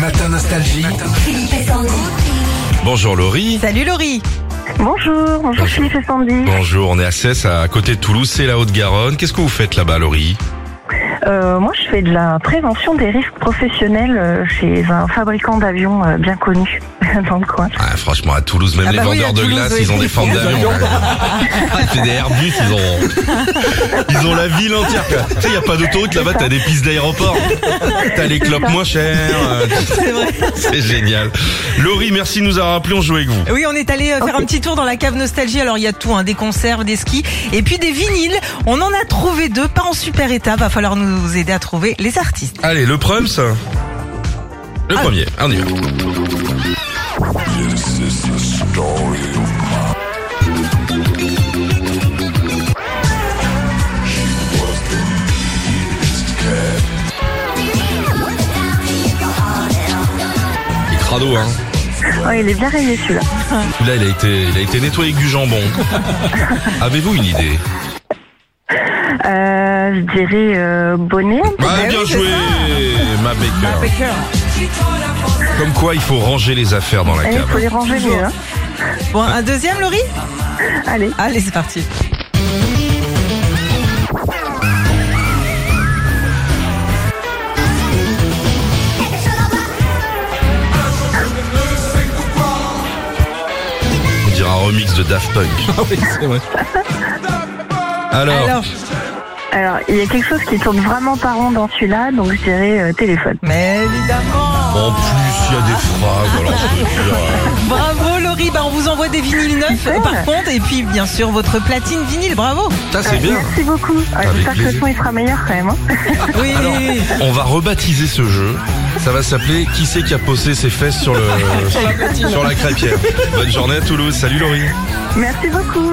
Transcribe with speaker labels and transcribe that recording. Speaker 1: Matin Nostalgie.
Speaker 2: Philippe et Sandy.
Speaker 3: Bonjour Laurie.
Speaker 4: Salut Laurie
Speaker 5: Bonjour, bonjour Philippe et Sandy.
Speaker 3: Bonjour, on est à Cesse, à côté de Toulouse, c'est la Haute-Garonne. Qu'est-ce que vous faites là-bas, Laurie
Speaker 5: Euh, moi, je fais de la prévention des risques professionnels euh, chez un fabricant d'avions euh, bien connu dans le coin.
Speaker 3: ah, Franchement, à Toulouse, même
Speaker 4: Ah
Speaker 3: les
Speaker 4: bah oui,
Speaker 3: vendeurs
Speaker 4: à
Speaker 3: de
Speaker 4: Toulouse,
Speaker 3: glace,
Speaker 4: oui.
Speaker 3: ils ont des formes d'avion. Ah, C'est des Airbus, ils ont, ils ont la ville entière. quoi. Tu sais, il y a pas d'autoroute là-bas, t'as des pistes d'aéroport, t'as les clopes moins chères. euh,
Speaker 4: C'est vrai.
Speaker 3: C'est génial. Laurie, merci de nous avoir rappelé, on joue avec vous.
Speaker 4: Oui, on est allé euh, faire un petit tour dans la cave nostalgie. Alors il y a tout, hein, des conserves, des skis et puis des vinyles. On en a trouvé deux, pas en super état. Va falloir nous aider à trouver les artistes.
Speaker 3: Allez, le prums. Le premier, on y va. Il est crado, hein.
Speaker 5: Ouais, il est bien rayé celui-là.
Speaker 3: Là, il a été, il a été nettoyé avec du jambon. Avez-vous une idée
Speaker 5: Euh, je dirais euh, bonnet.
Speaker 3: Ah,
Speaker 4: oui,
Speaker 3: bien
Speaker 4: c'est
Speaker 3: joué, ma Baker. Comme quoi, il faut ranger les affaires dans la
Speaker 5: Eh, Il faut
Speaker 3: cave.
Speaker 5: les ranger mieux. hein.
Speaker 4: Bon, un deuxième, Laurie
Speaker 5: Allez.
Speaker 4: Allez, c'est parti.
Speaker 3: On dirait un remix de Daft Punk. Alors,
Speaker 4: Alors,
Speaker 5: Alors, il y a quelque chose qui tourne vraiment pas rond dans celui-là, donc je dirais euh, téléphone.
Speaker 4: mais évidemment.
Speaker 3: en plus, il y a des phrases. Alors, je te jure, euh,
Speaker 4: Bravo Laurie. Bah, on vous envoie des vinyles neufs
Speaker 5: Super.
Speaker 4: par contre et puis bien sûr votre platine vinyle. Bravo.
Speaker 3: ça, c'est bien.
Speaker 5: Merci beaucoup. Ouais, J'espère que le
Speaker 3: plaisir.
Speaker 5: son il sera meilleur quand même. hein.
Speaker 4: Oui.
Speaker 3: On va rebaptiser ce jeu. Ça va s'appeler Qui c'est qui a posé ses fesses sur le sur la crêpière. Bonne journée à Toulouse. Salut Laurie.
Speaker 5: Merci beaucoup.